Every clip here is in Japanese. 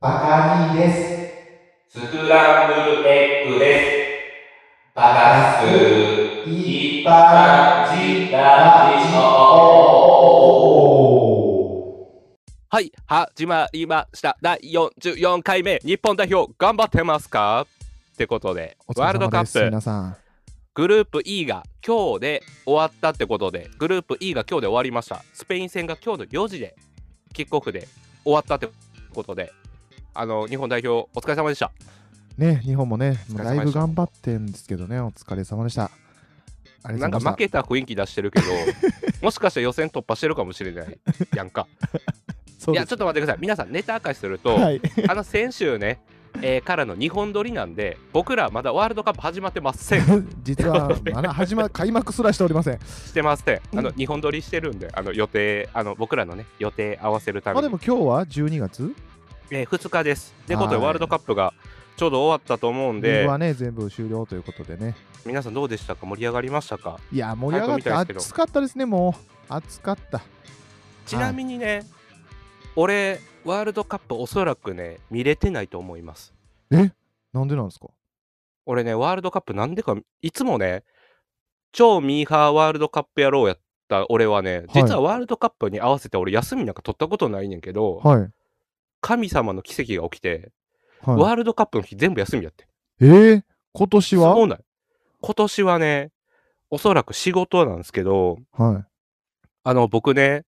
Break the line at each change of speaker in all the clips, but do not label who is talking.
バカにです。
スクランブルエッグです。バカス
一
一般
般人
人
ラ
ラ
ジ
ジ
オ。
はい、始まりました。第44回目、日本代表、頑張ってますかってことで、
お疲れ様です
ワールドカップ、
皆さん。
グループ E が今日で終わったってことで、グループ E が今日で終わりました。スペイン戦が今日の4時で、キックオフで終わったってことで、あの、日本代表、お疲れ様でした。
ね、日本もね、
お疲れ様でした
だいぶ頑張ってんですけどね、お疲れ様でした。あり
な
が
ん
と
か
うございました
負けた雰囲気出してる けど、もしかしたら予選突破してるかもしれないやんか。
そう
い
です
や、ちょっと待ってください。皆さん、ネタ明かしすると、
はい。
あの先週ね、えーからの2本撮りなんで、僕らまだワールドカップ始まってま せん。
実は、まだ始ま、開幕すらしており ません。
してません。あの2本撮りしてるんで、あの予定、あの僕らのね、予定合わせるた
まあ
め
で
に、
も今日は12月
えー2日です。ってことで、
はい
ワールドカップがちょうど終わったと思うん
リー
で
グ、はね、全部終了ということでね。
皆さんどうでしたか盛り上がりましたか
いや、盛り上がっ
早く見
た。
たいですけど
暑かったですね、もう。暑かった。
ちなみにね、俺、ワールドカップおそらくね、見れてないと思います。
なんでなんですか
俺ね、ワールドカップなんでか、いつもね、超ミーハーワールドカップ野郎やった俺はね、実はワールドカップに合わせて俺休みなんか取ったことないねんけど、
はい。
神様の奇跡が起きて、
は
ワールドカップの日全部休みやって。
い、えー、今年は
そうなん今年はね、おそらく仕事なんですけど、
はい。
あの、僕ね、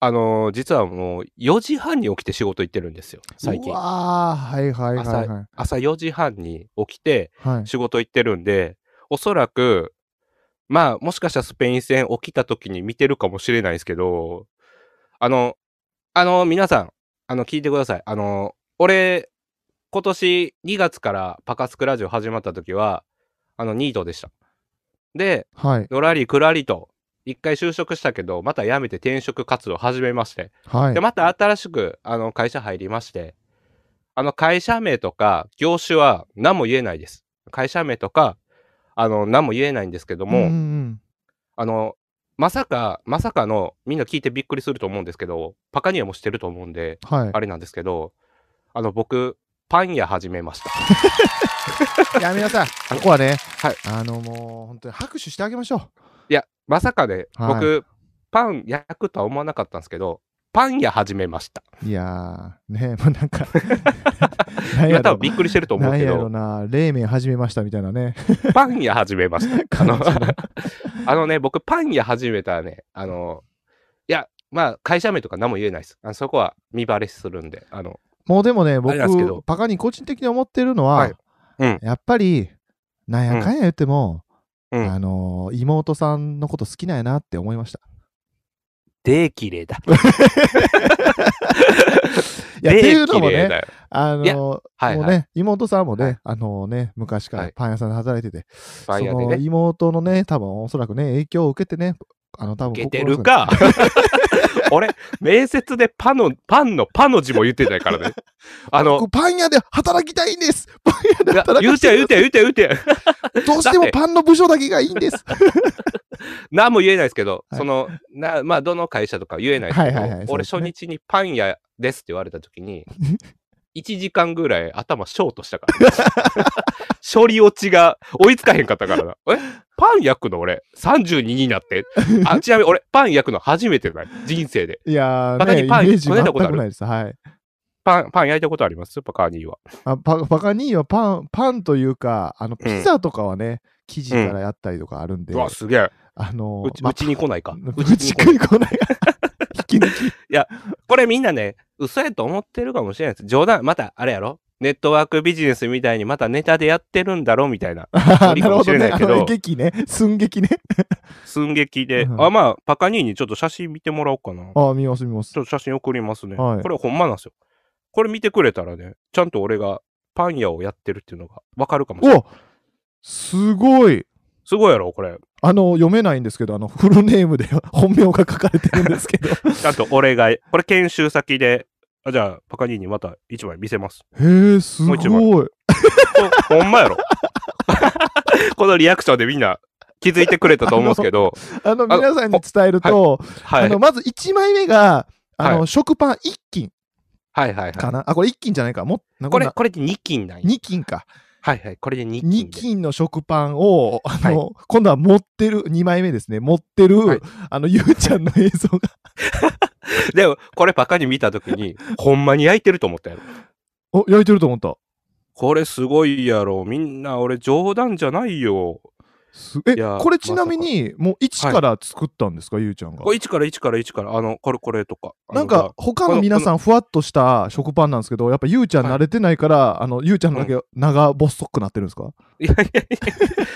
あのー実はもう4時半に起きて仕事行ってるんですよ、最近
う。わー、はいはいはいはい。
朝4時半に起きて
はい、
仕事行ってるんで、おそらく、まあ、もしかしたらスペイン戦起きた時に見てるかもしれないですけど、あの、あの、皆さん、あの、聞いてください。あの、俺、今年2月からパカスクラジオ始まった時は、あの、ニートでした。で、
はい。
のらりくらりと、一回就職したけど、また辞めて転職活動始めまして、
はい
で。また新しくあの会社入りましてあの会社名とか業種は何も言えないです会社名とかあの何も言えないんですけども、
うんうん
あのまさかまさかのみんな聞いてびっくりすると思うんですけどパカにはもしてると思うんで
うん、はい。
あれなんですけどあの僕パン屋始めました
やめなさい。ここはね、
はい
あのもう本当に拍手してあげましょう。
いやまさかで、
はい
僕パン焼くとは思わなかったんですけどパン屋始めました
いやー、ねもうな んか、な
今
んや
多
ろ
分びっくりしてると思う
なん
け
やろ
ど
な、冷麺始めましたみたい なね。
パン屋始めましたあの
感じの
あのね、僕、パン屋始めたらね、あの、いや、まあ、会社名とか何も言えないです。あのそこは見バレするんで、あの、
もうでもね、
あれなんですけど
僕、パカに個人的に思ってるのは、
はいうん
やっぱり、なんやかんや言っても、
うん
あのー妹さんのこと好きなんやなって思いました。
できれだ。
いや、っていうのも
できれ
ね、
だよ
あの
いや
ー
はい、
もう
はい。
ね、妹さんもね、
はい
あのね、昔か
は
ら
い
パン屋さんで働いてて、
パン屋で
その
ね。
妹のね、多分おそらくね、影響を受けてね、あの多分
受けてるか。 俺、面接でパの、パンのパの字も言ってないからね。あの、
僕パン屋で働きたい んですパン屋で
いや
働
言う
き
て
た
や
い
言うてや言うてや言うてや。
どうしてもパンの部署だけがいいんです
何も言えないですけど、
はい
その、なまあ、どの会社とか言えないですけど、
はいはいはいそう
俺、
ですね
初日にパン屋ですって言われたとき に、1時間ぐらい頭ショートしたから、 処理落ちが追いつかへんかったからな。えパン焼くの俺、32になって。 あ、ちなみに俺、パン焼くの初めてない。人生で。
いやー
バカに
ね、イメ
パン
ージ
こね
全
たことある
くないです。はい。
パン、パン焼いたことありますパカーニーは。
あパパカ兄はパン、パンというか、あ
う
の、
ん
ピザとかはね、生地からやったりとかあるんで、
うわ、すげえ。
あの
うち、
まあ
うちに来ないか。
う
う
ち
ち
に
に
来
来ない。
ない。引き 抜き。
これみんなね、嘘やと思ってるかもしれないです。冗談、また、あれやろネットワークビジネスみたいにまたネタでやってるんだろみたいな。
な
理か
る
も
ほ
し
ど
れ
ね。
ない
あ
けど
の、劇ね。寸劇ね。
寸劇で、
うん
あまあパカニーにちょっと写真見てもらおうかなちょっ
ああ、見ます見ます。
と写真送りますね、
はい
これほんまなんですよこれ見てくれたらねちゃんと俺がパン屋をやってるっていうのがわかるかもしれない
おすごい。
すごいやろこれ
あの、読めないんですけど、あの、フルネームで 本名が書かれてるんで すけど。へ
ちゃんと俺がこれ研修先であじゃあパカニーにまた一枚見せます
え、す
も
ご
う一枚
い。
ほほんまやろ このリアクションでみんな気づいてくれたと思うんですけ ど
あの、
あの
皆さんに伝えると、
はい
あのまず1枚目があの、
は
食パン1斤
はいはいは
かな。あ、これ一金じゃないか。も
い。
な
これ、
な
これで2金なんや
二金か。
はいはい。これで2金で。
二金の食パンを、あ
はい
の、今度は持ってる、二枚目ですね。持ってる、
はい
あの、ゆうちゃんの映像が。
でも、これバカに見たときに、ほんまに焼いてると思ったやろ。
お、焼いてると思った。
これすごいやろ。みんな、俺冗談じゃないよ。
すえ、
いや
これちなみに、もう一
はい
から作ったんですか、ゆうちゃんが
こ。れ1から1から1から、あの、これこれとか。あの
なんか、他の皆さんふわっとした食パンなんですけどやっぱゆうちゃん慣れてないから、あのゆうちゃんのだけ長細くなってるんですか、
いやいやいや、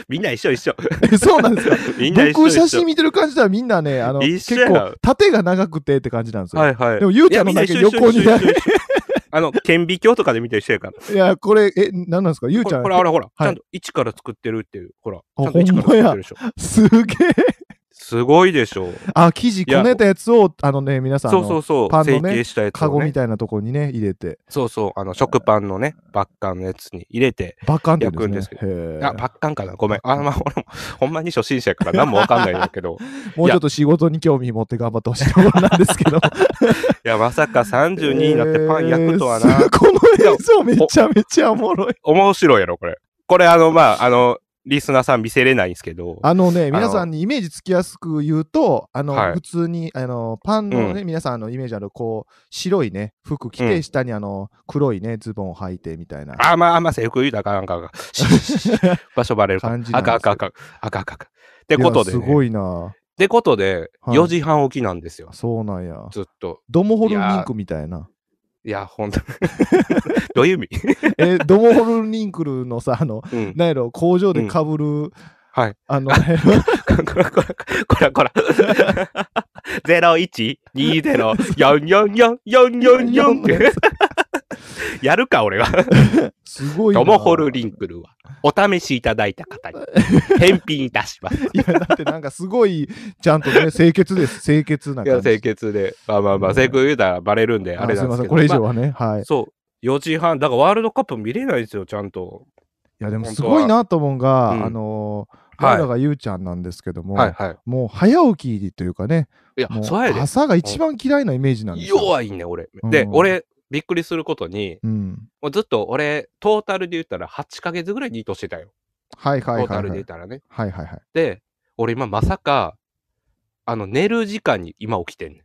みんな一緒一緒。
えそうなんですか
みんな一緒
僕
一緒。
写真見てる感じではみんなねあの
一
結
緒や
構縦が長くてって感じなんですよ、
はいはい。
でもゆうちゃんのだけ横に
いや
な
みんな一緒一緒一緒一緒あの、顕微鏡とかで見てる人やから。
いやこれえ何なんですかゆう
こ
ちゃ
れ、
ん
これ、ほらほら、
はい
ちゃんと1から作ってるっていう、ほら、ち
あ
ゃんと1から作ってるでしょ。
すげえ
すごいでしょう。
あ生地こねたやつをあのね皆さんあ
そう
の
そうそう、
パンの
成
ね
形したやつ
カ
を、
ゴ
ね
み。たいなとこにね入れて
そうそう、あの、食パンのね、バッカンのやつに入れて、
バカンって言うんです,、ね、
焼く
へえ
あ、バッカンかなごめん。あ、まあ、俺も、ほんまに初心者やから何もわかんないんだけど、
もうちょっと仕事に興味持って頑張ってほしいところなんですけど
いや、まさか32になってパン焼くとはな。
えーすこの映像めちゃめちゃお もろい。
面白いやろ、これ。これ、あの、まあ、あの、リスナーさん見せれないんですけど、
あのね、皆さんにイメージつきやすく言うと、あの、
はい
普通に、あの、パンのね、皆さんあのイメージある、こう、白いね、服着て、
うん
下にあの、黒いね、ズボンを履いてみたいな。
あ、まあ、あんま制服言うたらあかんあか んあかん。ししし場所バレるから
感じ。な
あ
んで
かんあ
すよ
かんあかん。あかんあかんあかん。ってことで、
い
ね
や。すごいな
ってことで、
はい
4時半起きなんですよ。
そうなんや。
ずっと。
ドモホルニンクみたいな。
いや、ほんと。 どういう意味
えードモホルニンクルのさ、あの、
うん。
なんやろ、工場でかぶる、
はい。
あの、
こらこらこらこら。ゼロ一二ゼロ四四四四四四ってやるか俺は。
すごいな
トモホルリンクルはお試しいただいた方 に返品いたします。
いや、だってなんかすごい、ちゃんとね、清潔です。清潔な感じ。
潔でまあまあま
う
あ
ん
清潔言うたらバレるんであれなんです
すいませ
け
ん、
ど。
これ以上
ま
はね、は
あ
い。い
そう。4時半、だからワールドカップ見れないですよ、ちゃんと。
や、でも
本
す
当は
ごいなと思うんが、
うん
あのー、
はい
僕らがゆうちゃんなんですけども、
はいはい。
もう早起きというかね、
いや
も、う
そうやで。
朝が一番嫌いなイメージなんですよ。
弱いね、俺。で、
うん
俺、びっくりすることに、
うん。
もうずっと俺、トータルで言ったら8ヶ月ぐらいニートしてたよ。
はいはい
トー
は
タル
い
で
は
言っ
い。
たらね。
はいはいはい。
で、俺今まさか、あの、寝る時間に今起きてんねん。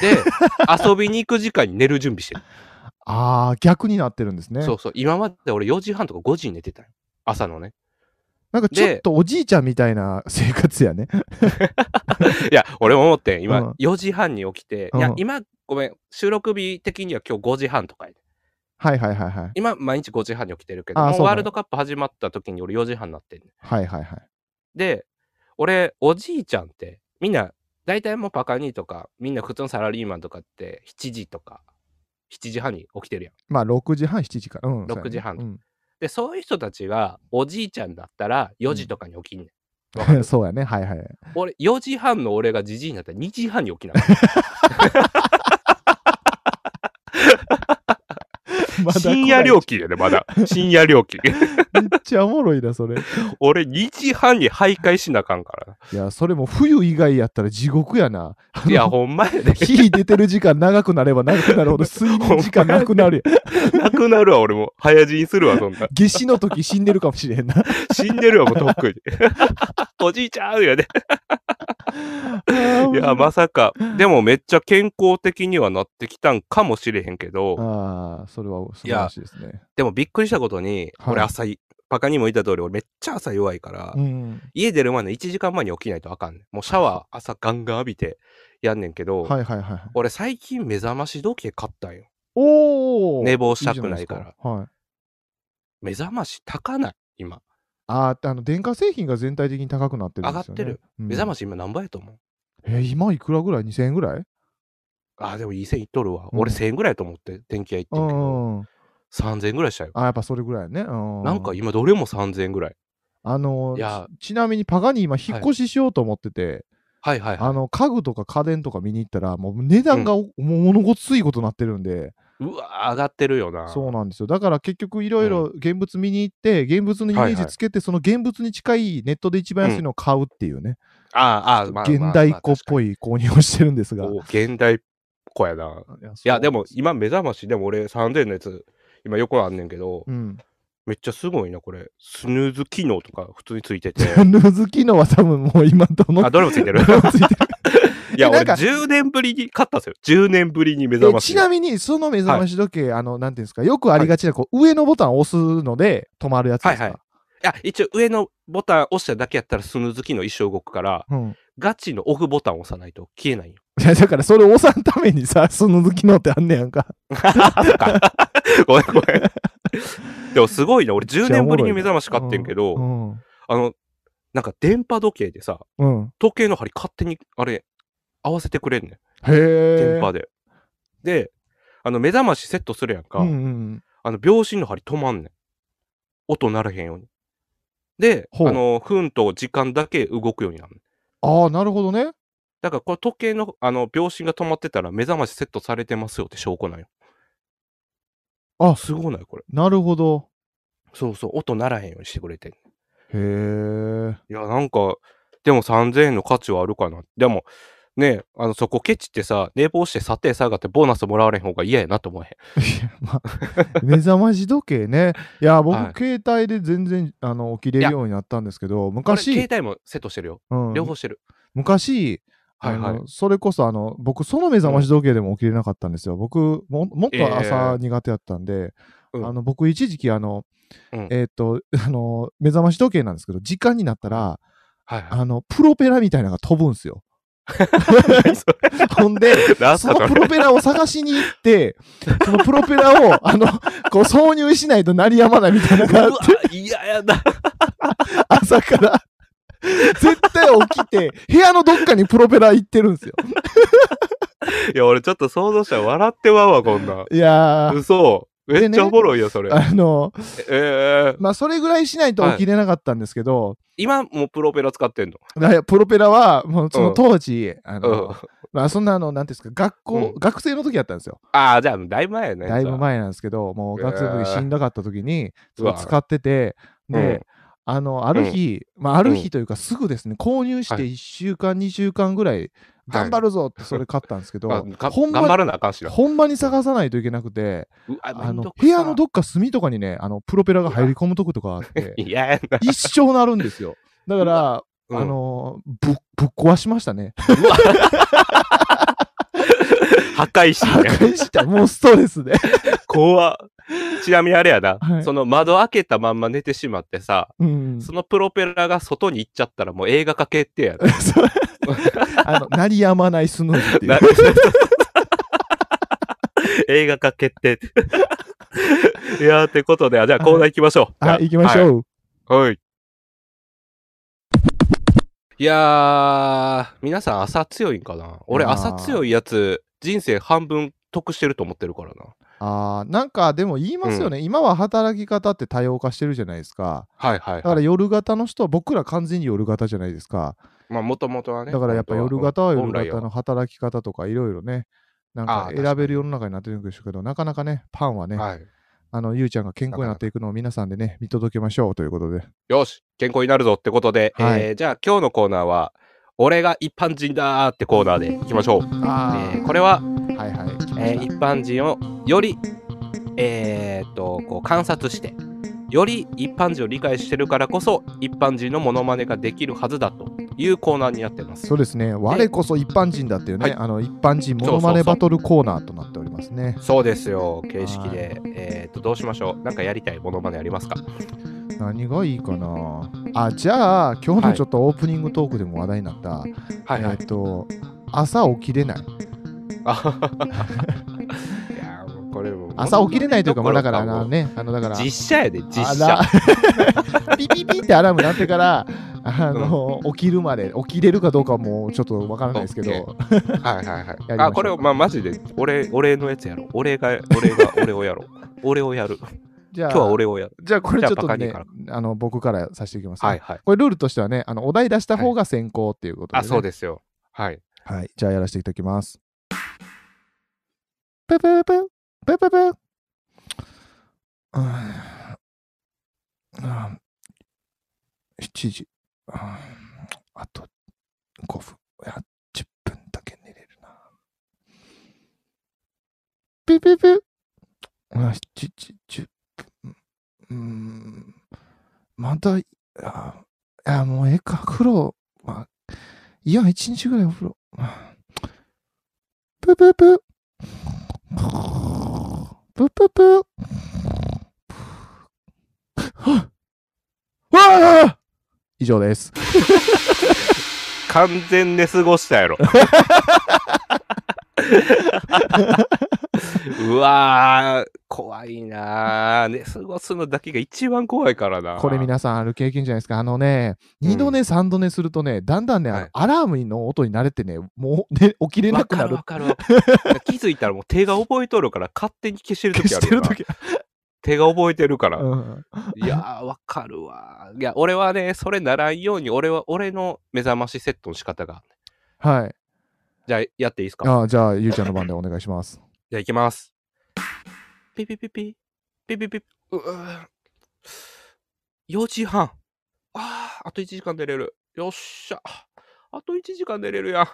で、 遊びに行く時間に寝る準備してる。
あー、逆になってるんですね。
そうそう。今まで俺4時半とか5時に寝てたよ。朝のね。
なんかちょっとおじいちゃんみたいな生活やね。
いや、俺も思ってん。
うん
今、4時半に起きて、いうや
ん、
今、ごめん、収録日的には今日5時半とかやね
はいはいはいはい。
今、毎日5時半に起きてるけど、
あー
もう
そうなんや
ワールドカップ始まった時に俺4時半になってんねん。
はいはいはい。
で、俺、おじいちゃんって、みんな、大体もうパカニとか、みんな普通のサラリーマンとかって、7時とか、7時半に起きてるやん。
まあ、6時半、7時から。うん。
6時半
そうやね
で、そういう人たちが、おじいちゃんだったら4時とかに起きんねん。わ
う
か
ん。
る
そうやね。はいはい。
俺、4時半の俺がじじいになったら2時半に起きない。
まだ来ない
深夜料金やで、まだ。深夜料 金。
めっちゃおもろいな、それ。
俺、2時半に徘徊しなあかんから
いや、それも冬以外やったら地獄 やな。
な。いや、ほんまやで。
火出てる時間長くなれば長くなるほど睡眠時間なくなるやん。
なくなるわ、俺も。早死にするわ、そんな。
夏至の時死んでるかもしれんな。
死んでるわ、もうとっ くに。おじいちゃんやで。いや、まさか。でもめっちゃ健康的にはなってきたんかもしれへんけど、
ああ、それは素晴らしいですね。
でもびっくりしたことに、
はい
俺朝い、バカにも言った通り、俺めっちゃ朝弱いから、
うん。
家出る前の1時間前に起きないとあかんねん。もうシャワー朝ガンガン浴びてやんねんけど、
はいはいはい。
俺最近目覚まし時計買ったんよ。
おお
寝坊したくないから
はい。
目覚まし高ない、今。
あーあの電化製品が全体的に高くなってるんです
上がっ
よ、ね。
てる。
うん、
目覚ま
し。
し今何倍やと思う
えー今いくらぐらい ?2000 円ぐらい
ああ、でもいい線いっとるわ。
うん
俺1000円ぐらいやと思って電気屋行って
うん
けど、
ん。あ
3000円ぐらいしたよ。
ーやっぱそれぐらいね。うん。
なんか今どれも3000円ぐらい。
あのー
いや
ちちなみにパガニ今引っ越ししようと思ってて、
はいはい
あ
はい。
の家具とか家電とか見に行ったらもう値段がお、もう物ごついことになってるんで
うわー上がってるよな。
そうなんですよだから結局いろいろ現物見に行って現物のイメージつけてその現物に近いネットで一番安いのを買うっていうね、
ああ、ああ、まあ、
現代っ子っぽ
い。
い購入をしてるんですが
お現代っ子やな。
いや
いや、でも、今、目覚ましでも俺3000のやつ、今横あんねんけど、
うん。
めっちゃすごいな、これ。スヌーズ機能とか普通につい てて。
ヌーズ機能は多分もう今どの。
あ、どれもついてる。
どれもついてる
いや、
えな
俺
んか
10年ぶりに買ったんですよ。10年ぶりに目覚
え
まし。
ちなみに、その目覚まし時計、あの、なんていうんですか、よくありがちな、こう、上のボタンを押すので止まるやつですか。
はいいや、一応上のボタン押しただけやったらスヌーズ機能一生動くから、
うん。
ガチのオフボタンを押さないと消えないよ。
いや、だからそれを押さんためにさ、スヌーズ機能ってあんねやんか。
そっか ごめんごめん。でもすごいな、俺10年ぶりに目覚まし買ってんけど、
うん。
あの、なんか電波時計でさ、
うん。うん
時計の針勝手に、あれ、合わせてくれんねん。
へえ。
電波で。で、あの、目覚ましセットするやんか。
うんうん
あの、秒針の針止まんねん。音ならへんように。で、
ほう
あの、分と時間だけ動くようになるねん。
うん。ああ、なるほどね。
だから、これ時計の、あの、秒針が止まってたら、目覚ましセットされてますよって証拠なんよ。
あ
すごないこれ。
なるほど。
そうそう、音ならへんようにしてくれてんね
へ え。
ん。いや、なんか、でも3000円の価値はあるかな。でも、ねあの、そこケチってさ、寝坊して査定下がってボーナスもらわれへん方が嫌やなと思えへん。
いや まあ目覚まし時計ね。いや、僕、
はい
携帯で全然あの起きれるようになったんですけど、
これ
昔、
携帯もセットしてるよ。
うん
両方してる。
昔、
はいはい
あのそれこそあの僕、その目覚まし時計でも起きれなかったんですよ。僕も、もっと朝
えー
苦手だったんで、
うん
あの僕、一時期あの、
うん
えーっとあの、目覚まし時計なんですけど、時間になったら、
はいはい。
あのプロペラみたいなのが飛ぶんですよ。ほんで、
何すか
そ
そ
の
れ
プロペラを探しに行って、そのプロペラを、あの、こう挿入しないと鳴りやまないみたいなのがあっ
う
て
わ、嫌やな。
朝から、絶対起きて、部屋のどっかにプロペラ行ってるんですよ。
いや、俺ちょっと想像したら笑ってまうわ、こんなん。
いやー、
嘘。め
でね
っちゃおもろいよ、それ。
あの、
ええ
まあ、それぐらいしないと起きれなかったんですけど、
今もうプロペラ使ってんの。
だからプロペラは、もうその当時、あ
う
の、
ん。
まあ、そんなあの、なんていうんですか、学校、
うん
学生の時やったんですよ。
ああ、じゃあ、だいぶ前やね。
だいぶ前なんですけど、もう学生の時しんどかった時に、
うわ
使ってて、
う
で、
ん
あの、ある日、まあ、ある
う
日というか、すぐですね、購入して
はい
1週間、2週間ぐらい、頑張るぞってそれ買ったんですけど、
じゃあ。あか
ほん
頑
ま
張らなあかんしな。
ほんまに探さないといけなくて、
うわ
あ
めんど
の、
くさ
部屋のどっか隅とかにね、あの、プロペラが入り込むとことかあっ て、
いややな。
一生なるんですよ。だから、
うん
あ、のーぶ、ぶっ壊しました ね。
破壊し
破
て
壊した。もうストレスで。
怖っちなみにあれやな、
はい
その窓開けたまんま寝てしまってさ、
うん。
そのプロペラが外に行っちゃったらもう映画化決定や な。
そうあの、鳴りやまないスヌーズっていう
な映画化決定。 いやー、ってことで、あじゃあコーナー行きましょう。
はい、行きましょう。
はい。はい。いやー、皆さん朝強いんかな俺
いやー
朝強いやつ、人生半分得してると思ってるからな。
あーなんかでも言いますよね、今は働き方って多様化してるじゃないですか
はいはい、
だか
は
ら夜型の人は僕ら完全に夜型じゃないですか
い。まあ、もともとはね。
だからやっぱ夜型は夜型の
の。
働き方とかいろいろねなん
あー
か
確かに
選べる世の中になってるんでしょうけどなかなかねパンはね、
はい。
あのゆうちゃんが健康になっていくのを皆さんでね見届けましょうということで
よし、健康になるぞってことで、
はい
えーじゃあ今日のコーナーは、俺が一般人だーってコーナーでいきましょう。
あ
えーこれは、
ーはいはい聞きま
え
し
ー
た
一般人をより、えーっとこう観察してより一般人を理解してるからこそ一般人のモノマネができるはずだというコーナーになってます
そうですね我こそ一般人だっていう
は
ね、
い
あの一般人モノマネバトルコーナーとなっておりますね
そうですよ形式で、えーっとどうしましょうなんかやりたいモノマネありますか
何がいい かなあじゃあ今日
は
の
い
ちょっとオープニングトークでも話題になった、
はいは
え
い
っ、と朝起きれない
あはははいやーもうこれも
朝起きれないというかまあだから
も
な
う
ねあのだから
実写やで実
あ
写
ら ピピピってアラーム鳴っ てからあの、起きるまで起きれるかどうかはもうちょっとわからないですけ
オッ
ど
はいはいはい
やりましょう
あこれまあマジで俺俺のやつやろ俺が俺が俺をやろう俺をや る
じゃあ
今日は俺をやる
じゃあこれちょっ
じゃあ
と
バカに
ね
から
あの僕からさせていきます、
はいはい
これルールとしてはねあのお題出した方が先行っていうことで、ね
あ、そうですよ。はい。
はい、じゃあやらせていただきます。ぷぷぷ、ぷぷぷ。うーんあー7時。あーあと5分。いや、10分だけ寝れるな。ピピピ。あ、七時十分。うーん。まだ、あ、いや、もうええか。風呂、まあ、いや、一日ぐらいお風呂。あプププ。プププ。はっわあ以上です。
完全寝過ごしたや ろ。うわー、怖いなー。寝過ごすのだけが一番怖いからな。
これ皆さんある経験じゃないですか。あのね、二度寝、三度寝するとね、だんだんね、あの
はい
アラームの音に慣れてね、もう、ね、起 きれな
わ
く
か
な
る
る
わ。かるわかる。気づいたらもう手が覚えとるから勝手に消してる
消
時あ
し
る
て
よ
る
な
時、
手が覚えてるから。
うん、
いやー、わかるわー。いや、俺はね、それならんように、俺は、俺の目覚ましセットの仕方が。
はい。
じゃあ、やっていいですか
あじゃあ、ゆうちゃんの番でお願いします。
じゃあ、いきます。ピピピピ、ピピピ、うー4時半。あー、あと1時間寝れる。よっしゃ。あと1時間寝れるやん。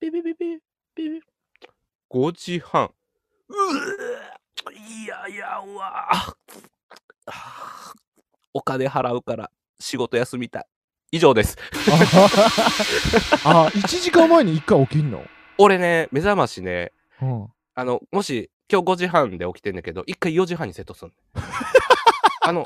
ピピピピ、ピピ。5時半。うーいやいや、うわーお金払うから仕事休みたい。以上です。
あ、1時間前に1回起きんの、
俺ね、目覚ましね、
うん、
あの、もし、今日5時半で起きてんだけど、一回4時半にセットす んねんあの、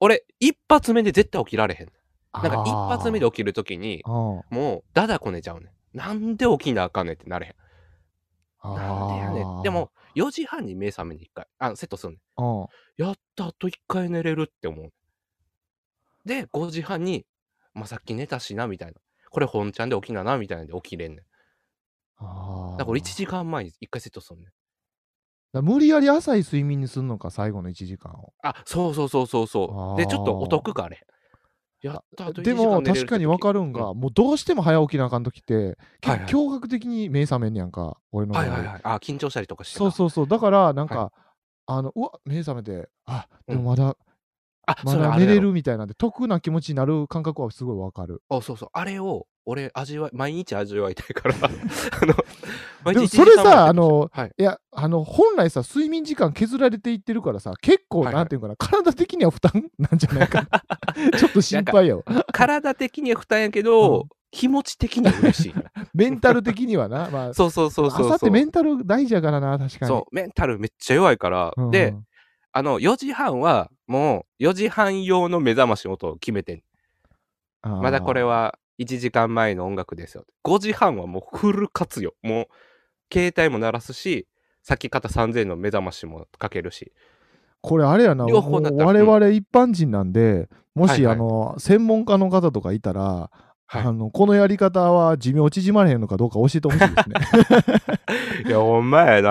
俺、一発目で絶対起きられへん。なんか、一発目で
起
起
き
きるときに、
あ
もう、だだこねちゃうねん。なんで起きなあかんねんってなれ
あ
へん。なんでやねん。でも、、4時半に目覚めに一回、あの、セットすんね
あー
ん。やった、あと一回寝れるって思う。で、5時半に、まあ、さっき寝たしな、みたいな。これ本ちゃんで起きなな、みたいなんで起きれんねん。
あー
だから、1時間前に一回セットすんねん。
だから無理やり浅い睡眠にすんのか、最後の1時間を。
あ、そうそうそうそうそう。で、ちょっとお得かあれ。やったと
でも、確かに分かるん。
あ
が、
と
もうどうしても早起きなあかんときって、
はいはい
結構驚愕的に目覚めんねやんか、俺の
一
場
時間寝れる時は
合
いはいはい。あ、緊張したりとかしてた。
そうそうそう。だから、なんか、
は
あの、うわ、目覚めて、あ、
うん
でもまだ、
あ、
ま
それ
だ
あ
寝
や
れ
ろ
るみたいなんで、得な気持ちになる感覚はすごいわかる。
あ、そうそう。あれを、俺、味わい、毎日味わいたい から。あの、毎
でも
日
それ
一時間
さ、
は
あの、
はい
いや、あの、本来さ、睡眠時間削られていってるからさ、結構、
はいはい
なんていうかな、体的には負担なんじゃないか な。ちょっと心配よ。
体的には負担やけど、
うん
気持ち的には嬉しいな。
メンタル的にはな。ま あ、
そうそうそうそうそう。
朝ってメンタル大事やからな、確かに。
そう、メンタルめっちゃ弱いから。
うんうん
で、、あの、4時半は、もう、4時半用の目覚ましの音を決めてんまだこれ
は。
は1時間前の音楽ですよ。5時半はもうフル活用。もう携帯も鳴らすし、さっき買った3000の目覚ましもかけるし。
これあれやな、も
両方
う
だったら
我々一般人なんで、もし、
はいはい
あの、専門家の方とかいたら、
はい
あのこのやり方は寿命縮まれへんのかどうか教えてほしいで すね。
いや、お前や
あ
な。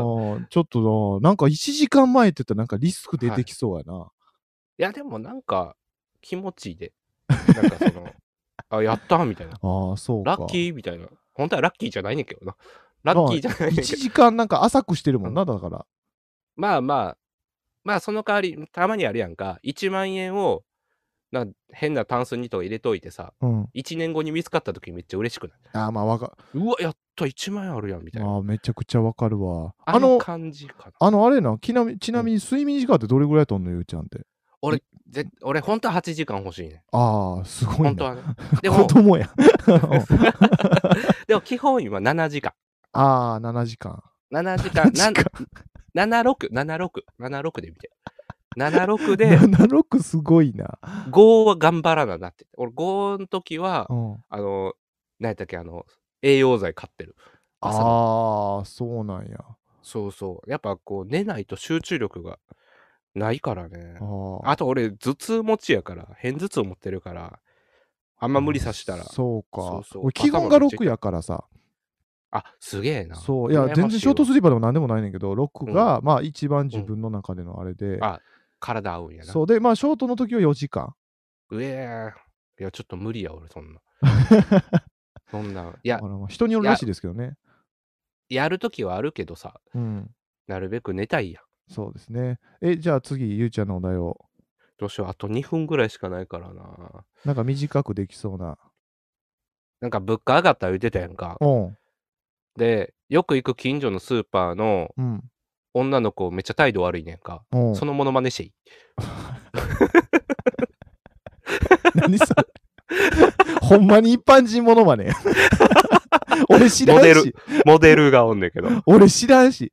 ーちょっとな、なんか1時間前って言ったらなんかリスク出てきそうやな。
いや、でもなんか気持ちいいで。なんかそ の、あ、やったみたいな。
ああ、そうか。
ラッキーみたいな。本当はラッキーじゃないねんけどな。ラッキーじゃないねんけ
1
ど。
時間なんか浅くしてるもんな、だから。
まあまあ、まあその代わり、たまにあるやんか。1万円を、なんか変なタンスにとか入れといてさ、
うん。
1年後に見つかった時めっちゃ嬉しくない
ああ、まあわか、
うわ、やった、1万円あるやん、みたいな。
まあめちゃくちゃわかるわ。
あ
あ
の
の、
感じかな。
あの、あれやな、ちなみちなみに睡眠時間ってどれぐらいとんの、ゆうちゃんって。
ぜ俺、本当は8時間欲しいね。
ああ、すごいな。
本当はね。で
子
も、
供 や。
でも基本今7時間。
ああ、7時間。
7時間、
7時
な76、76、76で見て。76で、
76すごいな。
5は頑張らななって。俺、5の時は
う、ん、
あの、何やったっけ、あの、栄養剤買ってる。朝の
ああ、そうなんや。
そうそう。やっぱこう、寝ないと集中力がないからね
あ。ー
あと俺、頭痛持ちやから、偏頭痛持ってるから、あんま無理さしたら。
そうか。
そうそう
俺基本が6やからさ。
あ、すげえな。
そう。いや、
羨ましいわ
全然ショートスリーパーでも何でもないねんけど、6が、まあ一番自分の中でのあれで。
あ体合うんやな。
そうで、まあショートの時は4時間。
うえーいや、ちょっと無理や、俺、そ んな。そんな。いや
あ、のまあ人によるらしいですけどね。
やるときはあるけどさ、
うん。
なるべく寝たいやん。
そうですね。え、じゃあ次、ゆうちゃんのお題を。
どうしよう、あと2分ぐらいしかないからな。
なんか短くできそうな。
なんか、物価上がった言うてたやんか。
うん。
で、よく行く近所のスーパーの
うん。
女の子めっちゃ態度悪いねんか。
おう
そのモノマネしていい
何それ ほんまに一般人ものまね 俺知ら
モデ
ん
ル
し。
モデルがおんねんけ ど。
俺知らんし。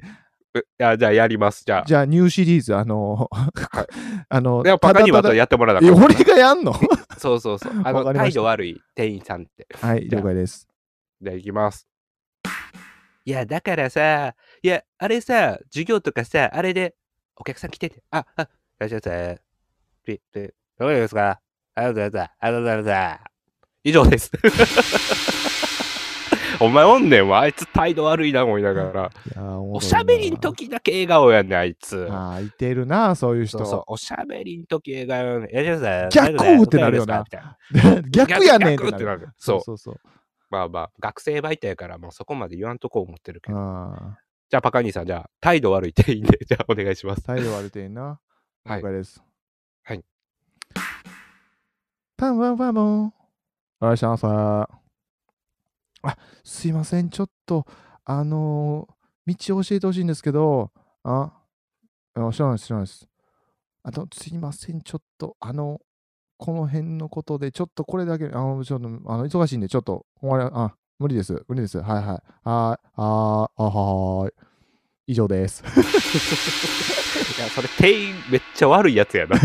えいやじゃあやります。じゃあ。
じゃあ、ニューシリーズ、あのーあのー
いや、パカには
ただただ
やってもらわな
え
あかん
俺がやんの は
そうそうそう。あ
わ
の、
かりま
態
した
度悪い店員さんって。
い、
じゃあ
了解です。
じゃあ行きます。いや、だからさ、いや、あれさ、授業とかさ、あれで、お客さん来てて、あ、あ、いらっしゃいませ。ピ、ピ、どうですかありがとうございます。ありがとうございます。以上です。 お前おんねんわ。あいつ態度悪いな思いながら。
いやー
おしゃべりん。時だけ笑顔やねん、あいつ
お。もろいなあーいてるな、そういう人。
そうそう、おしゃべりん時笑顔やねん。いらっしゃいませ。
逆光ってなるよな
みたいな
逆やねんっ
逆
てな
ってな
る。
る。そう。
そうそう
まあまあ、学生媒体やから、もうそこまで言わんとこ思ってるけ
そう。
ど。
あ
じゃあ、パカニーさん、じゃあ、態度悪い店員で、 じゃあ、お願いします
あ、。態度悪いてんな。
はい
了解です。
はい。
パンパンパンパン。いらっしゃいませ。あ、すいません。ちょっと、あのー道教えてほしいんですけど、あ、あ知らないです、知らないです。あと、すいません。ちょっと、あの、この辺のことで、ちょっとこれだけ、あの、ちょっと、あの、忙しいんで、ちょっと、終わり、あ、無理です、無理です。はいはい。あー、あー、あはーい。以上です。
いや、それ、店員、めっちゃ悪いやつや な。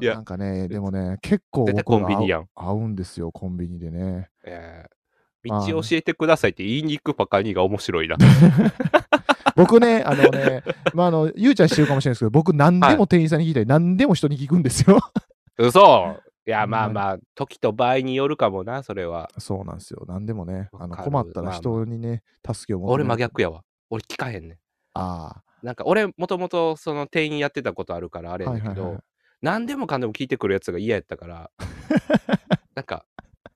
いや
なんか ね、でもね、結構
絶対
僕
コンビニやん
が合う合うんですよ、コンビニでね。
え
まあ
ー道教えてくださいって言いに行くパカニーが面白いな。
僕 ね、あのね、まあ、あの、ゆうちゃん知ってるかもしれないですけど、僕何でも店員さんに聞いたり、何でも人に聞くんですよ。
嘘いや、まあ
うん
まあ、時と場合によるかもな、それは。
そうなんですよ、何でもね、あの
わかる
困った
ま
ら
あまあ
人にね、助けを求め
俺、真
る。
逆やわ。俺、聞かへんねん。
あ
なんか、俺、もともと、その、店員やってたことあるから、あ
あ、
れや
は
ね
い
ん
は
け
いはい
ど、。何でもかんでも聞いてくるやつが嫌やった から、なんか、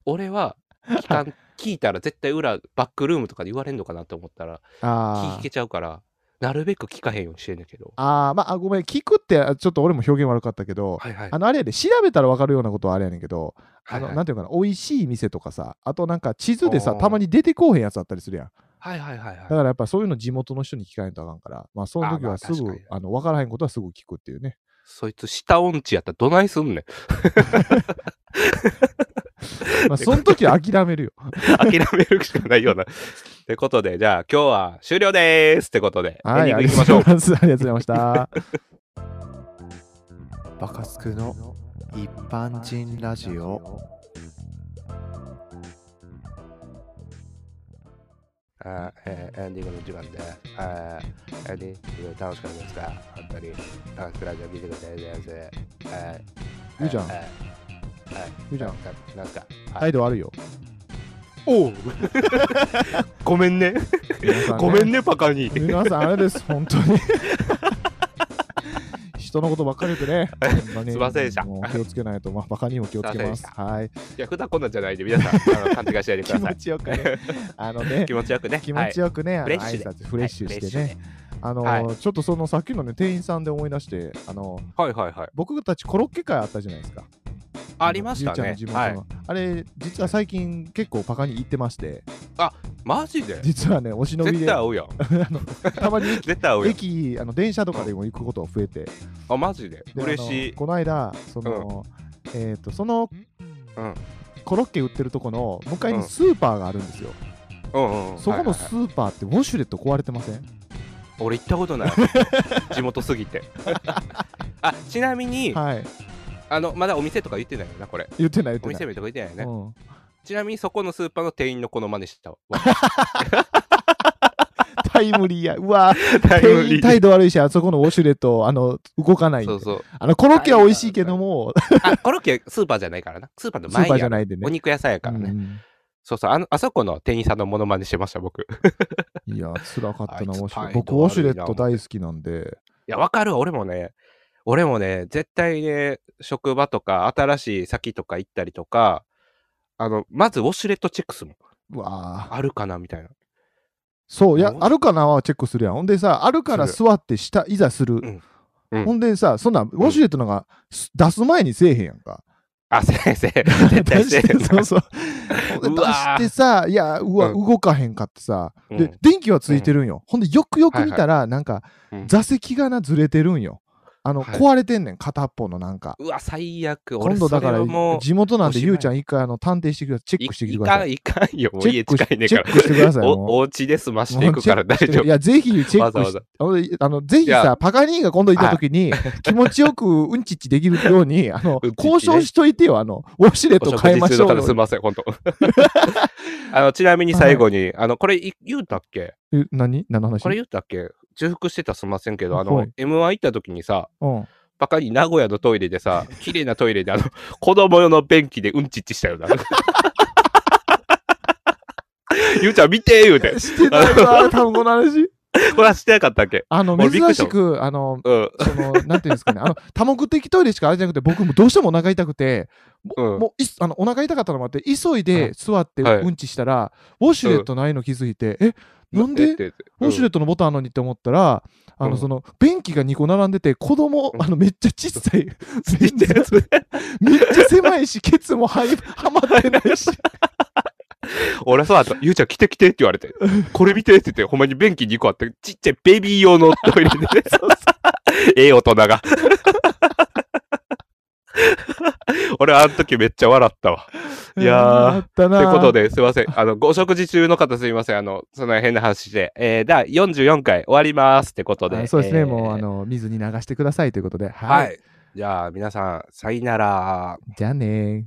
俺は聞かん、聞いたら絶対裏、バックルームとかで言われんのかなと思ったら、
あ
聞けちゃうから、なるべく聞かへんようにしてんだけど。
あ、あーまあ、あごめん、聞くって、あちょっと俺も表現悪かったけど、
はいはい。
あの、あれやで、調べたら分かるようなことはあれやねんけど、あの、
はい
な
は
んていうのかな、美味しい店とかさ、あとなんか地図でさ、
おー
たまに出てこうへんやつあったりするやん。
いはいはいはい
だか
はい。
らやっぱそういうの地元の人に聞かないとあかんから、まあその時はす
あま
ぐ
あ確かに、
あの、わからへんことはすぐ聞くっていうね。
そいつ、下音痴やったらどないすんねん。
まあその時は諦め るよ。
諦めるしかない ような。ってことで、じゃあ、今日は終了でーすってことで、
は
エ
い、
ン
あ
ディング
り
い
が
き
と
ま
う
しょう
ござい。ます。ありがとうございました。
バカスクの一般人ラジオ
あーえーエンディングの時間で、あーエンディング楽しかったですか本当に楽しくラジオ見てくれてありがとうございます。はい
ゆうちゃん
はいはい
ゆうちゃん
ななんすか
態度悪いよ。
お うごめんね。
皆さ
ごめん。ね、パカに。
皆さん、あれです、本当に。人のことばっかり言 ってね。ほんます
いませんでした
もう気をつけないと、まあ、バカにも気をつけます
すい。
はい。
いや、普段こんなんじゃないんで、皆さん、あの勘違いしないでく
気
ださ
持
い。
ちよくね。あの ね
気。持ちよくね。
気持ち
よ
よくね、あの
フレッシュ
挨
で
拶
く
フレッシュしてね、。あの
は
ちょっとそのさっきのね店員さんで思い出してあの
はいはいはい。
僕たちコロッケ会あったじゃないですか。
ありましたね
じ。いち
は
ゃん
い
の地元のあれ、実は最近結構パカに行ってまして、
マジで
実はね、お忍び
絶
で
対、合う やん。
たまに駅
絶対合うやん。
駅、あの電車とかでも行くことが増えて、で
あ、マジで
あの
嬉しい。
この間、その、えっ、と、その、
うん
コロッケ売ってるとこの向かいに
うん
スーパーがあるんですよ。
うんうん。
そこの
はいはい
ス
はい
ーパーってウォシュレット壊れてません、
俺行ったこと ない。地元すぎて。あ、ちなみに、
はい、
あの、まだお店とか言ってないよな、これ。
言ってない、
お
言って
店
な
名
い。
とか言ってないよね。
うん、
ちなみにそこのスーパーの店員のこの真似 したわ。
タイムリーや。うわ ー
タ
店員態度悪いし、あそこのウォシュレット、あの、動かないんで
そうそう。
あの、コロッケは美味しいけども、
あ、コロッケスーパーじゃないからな。スーパーの
スー
前
パー
に
じ
あ
ゃ
る
ないんでね
お。肉屋さんやからね。
うん
そうそうあの。あそこの店員さんのモノマネしてました、僕。い
いや、辛かったな、
あいつ
ウォシュレ
態
ット。
度
僕、ウォシュレッ
悪
ト
いな
大好きなんで。
や、わかるわ、俺もね。俺もね、絶対ね、職場とか、新しい先とか行ったりとか、あの、まずウォシュレットチェックするもん。
うわあ。
あるかなみたいな。
そう、いや
ウォシ、ュ
あるかなはチェックするやん。ほんでさ、あるから
す
座って下、いざする。
んうん
ほんでさ、そんなん、ウォシュレットなんか、す出す前にせえへんやんか。
あ、せ えせえ。絶対せえ
出して そうそう。ほんで
う
出
わ
し
ー
てさ、いや、うわ、
う
動かへんかってさ、
う
で
ん、
電気はついてるんよ。ほんで、よくよく見たら、なんか、
うん
座席がな、ずれてるんよ。あの、
はい
壊れてんねん、片っぽのなんか。
うわ、最悪。俺
今度だか
それ
ら
はもう、
地元なん
お
で
しまい
ゆうちゃん一回あの探偵してくださいチェックしてきてください
いかん、いかんよ。もう
チェ
家
ックし
近いねんから
チェックしてくださいもう
おお家で済ましていくから大丈
い
夫。
やぜひチェッ
わざ
ク
わ
し
ざ
あのあのぜひ
い
さ
や
パガニーが今度いた時に気持ちよくうんちっちできるようにあの
うんちっちね
交渉しといてよあのウォシュレッ
お
ト
食
変えま
事中
しょ
の
う
方す
よ
みません、本当。 あのちなみに最後に、あのこれい言うたっけ
え何何の話
これ言うたっけ重複してたらすみませんけど、あの、
はい
M1 行った時にさ、
うん
バカに名古屋のトイレでさ、 綺麗なトイレで、あの、子供用の便器でうんちっちしたよな。 ゆうちゃん見てー言うて。
してないわ多分この話
これはしてなかったっけ
あの
俺びっく
珍
りした
しくあの
うん。
そのなんていうんですかねあの多目的トイレしかあれじゃなくて僕もどうしてもお腹痛くても,、
うん
もういあのお腹痛かったのもあって急いで座って
はい
うんちしたら、ウォシュレットないの気づいて、えなんで
えって
ウォシュレットのボタンあるのにって思ったら、あ
う
の
ん
その便器が2個並んでて子供、
うん
あのめっちゃ小さい
ついてるやつ
めっちゃ狭いしケツもははまってないし
俺さ、ゆうちゃん来て来てって言われて、これ見てって言って、ほんまに便器2個あって、ちっちゃいベビー用のトイレで、ええ大人が。 俺、あの時めっちゃ笑ったわ。 いやー
あった
と
な
いうことで、すいません。あの、ご食事中の方すいません。あの、その変な話で、えー、第44回終わりますってことで。
あそうですね、
えー
もうあの水に流してくださいということではい、
はい。じゃあ、皆さん、さよなら。
じゃあねー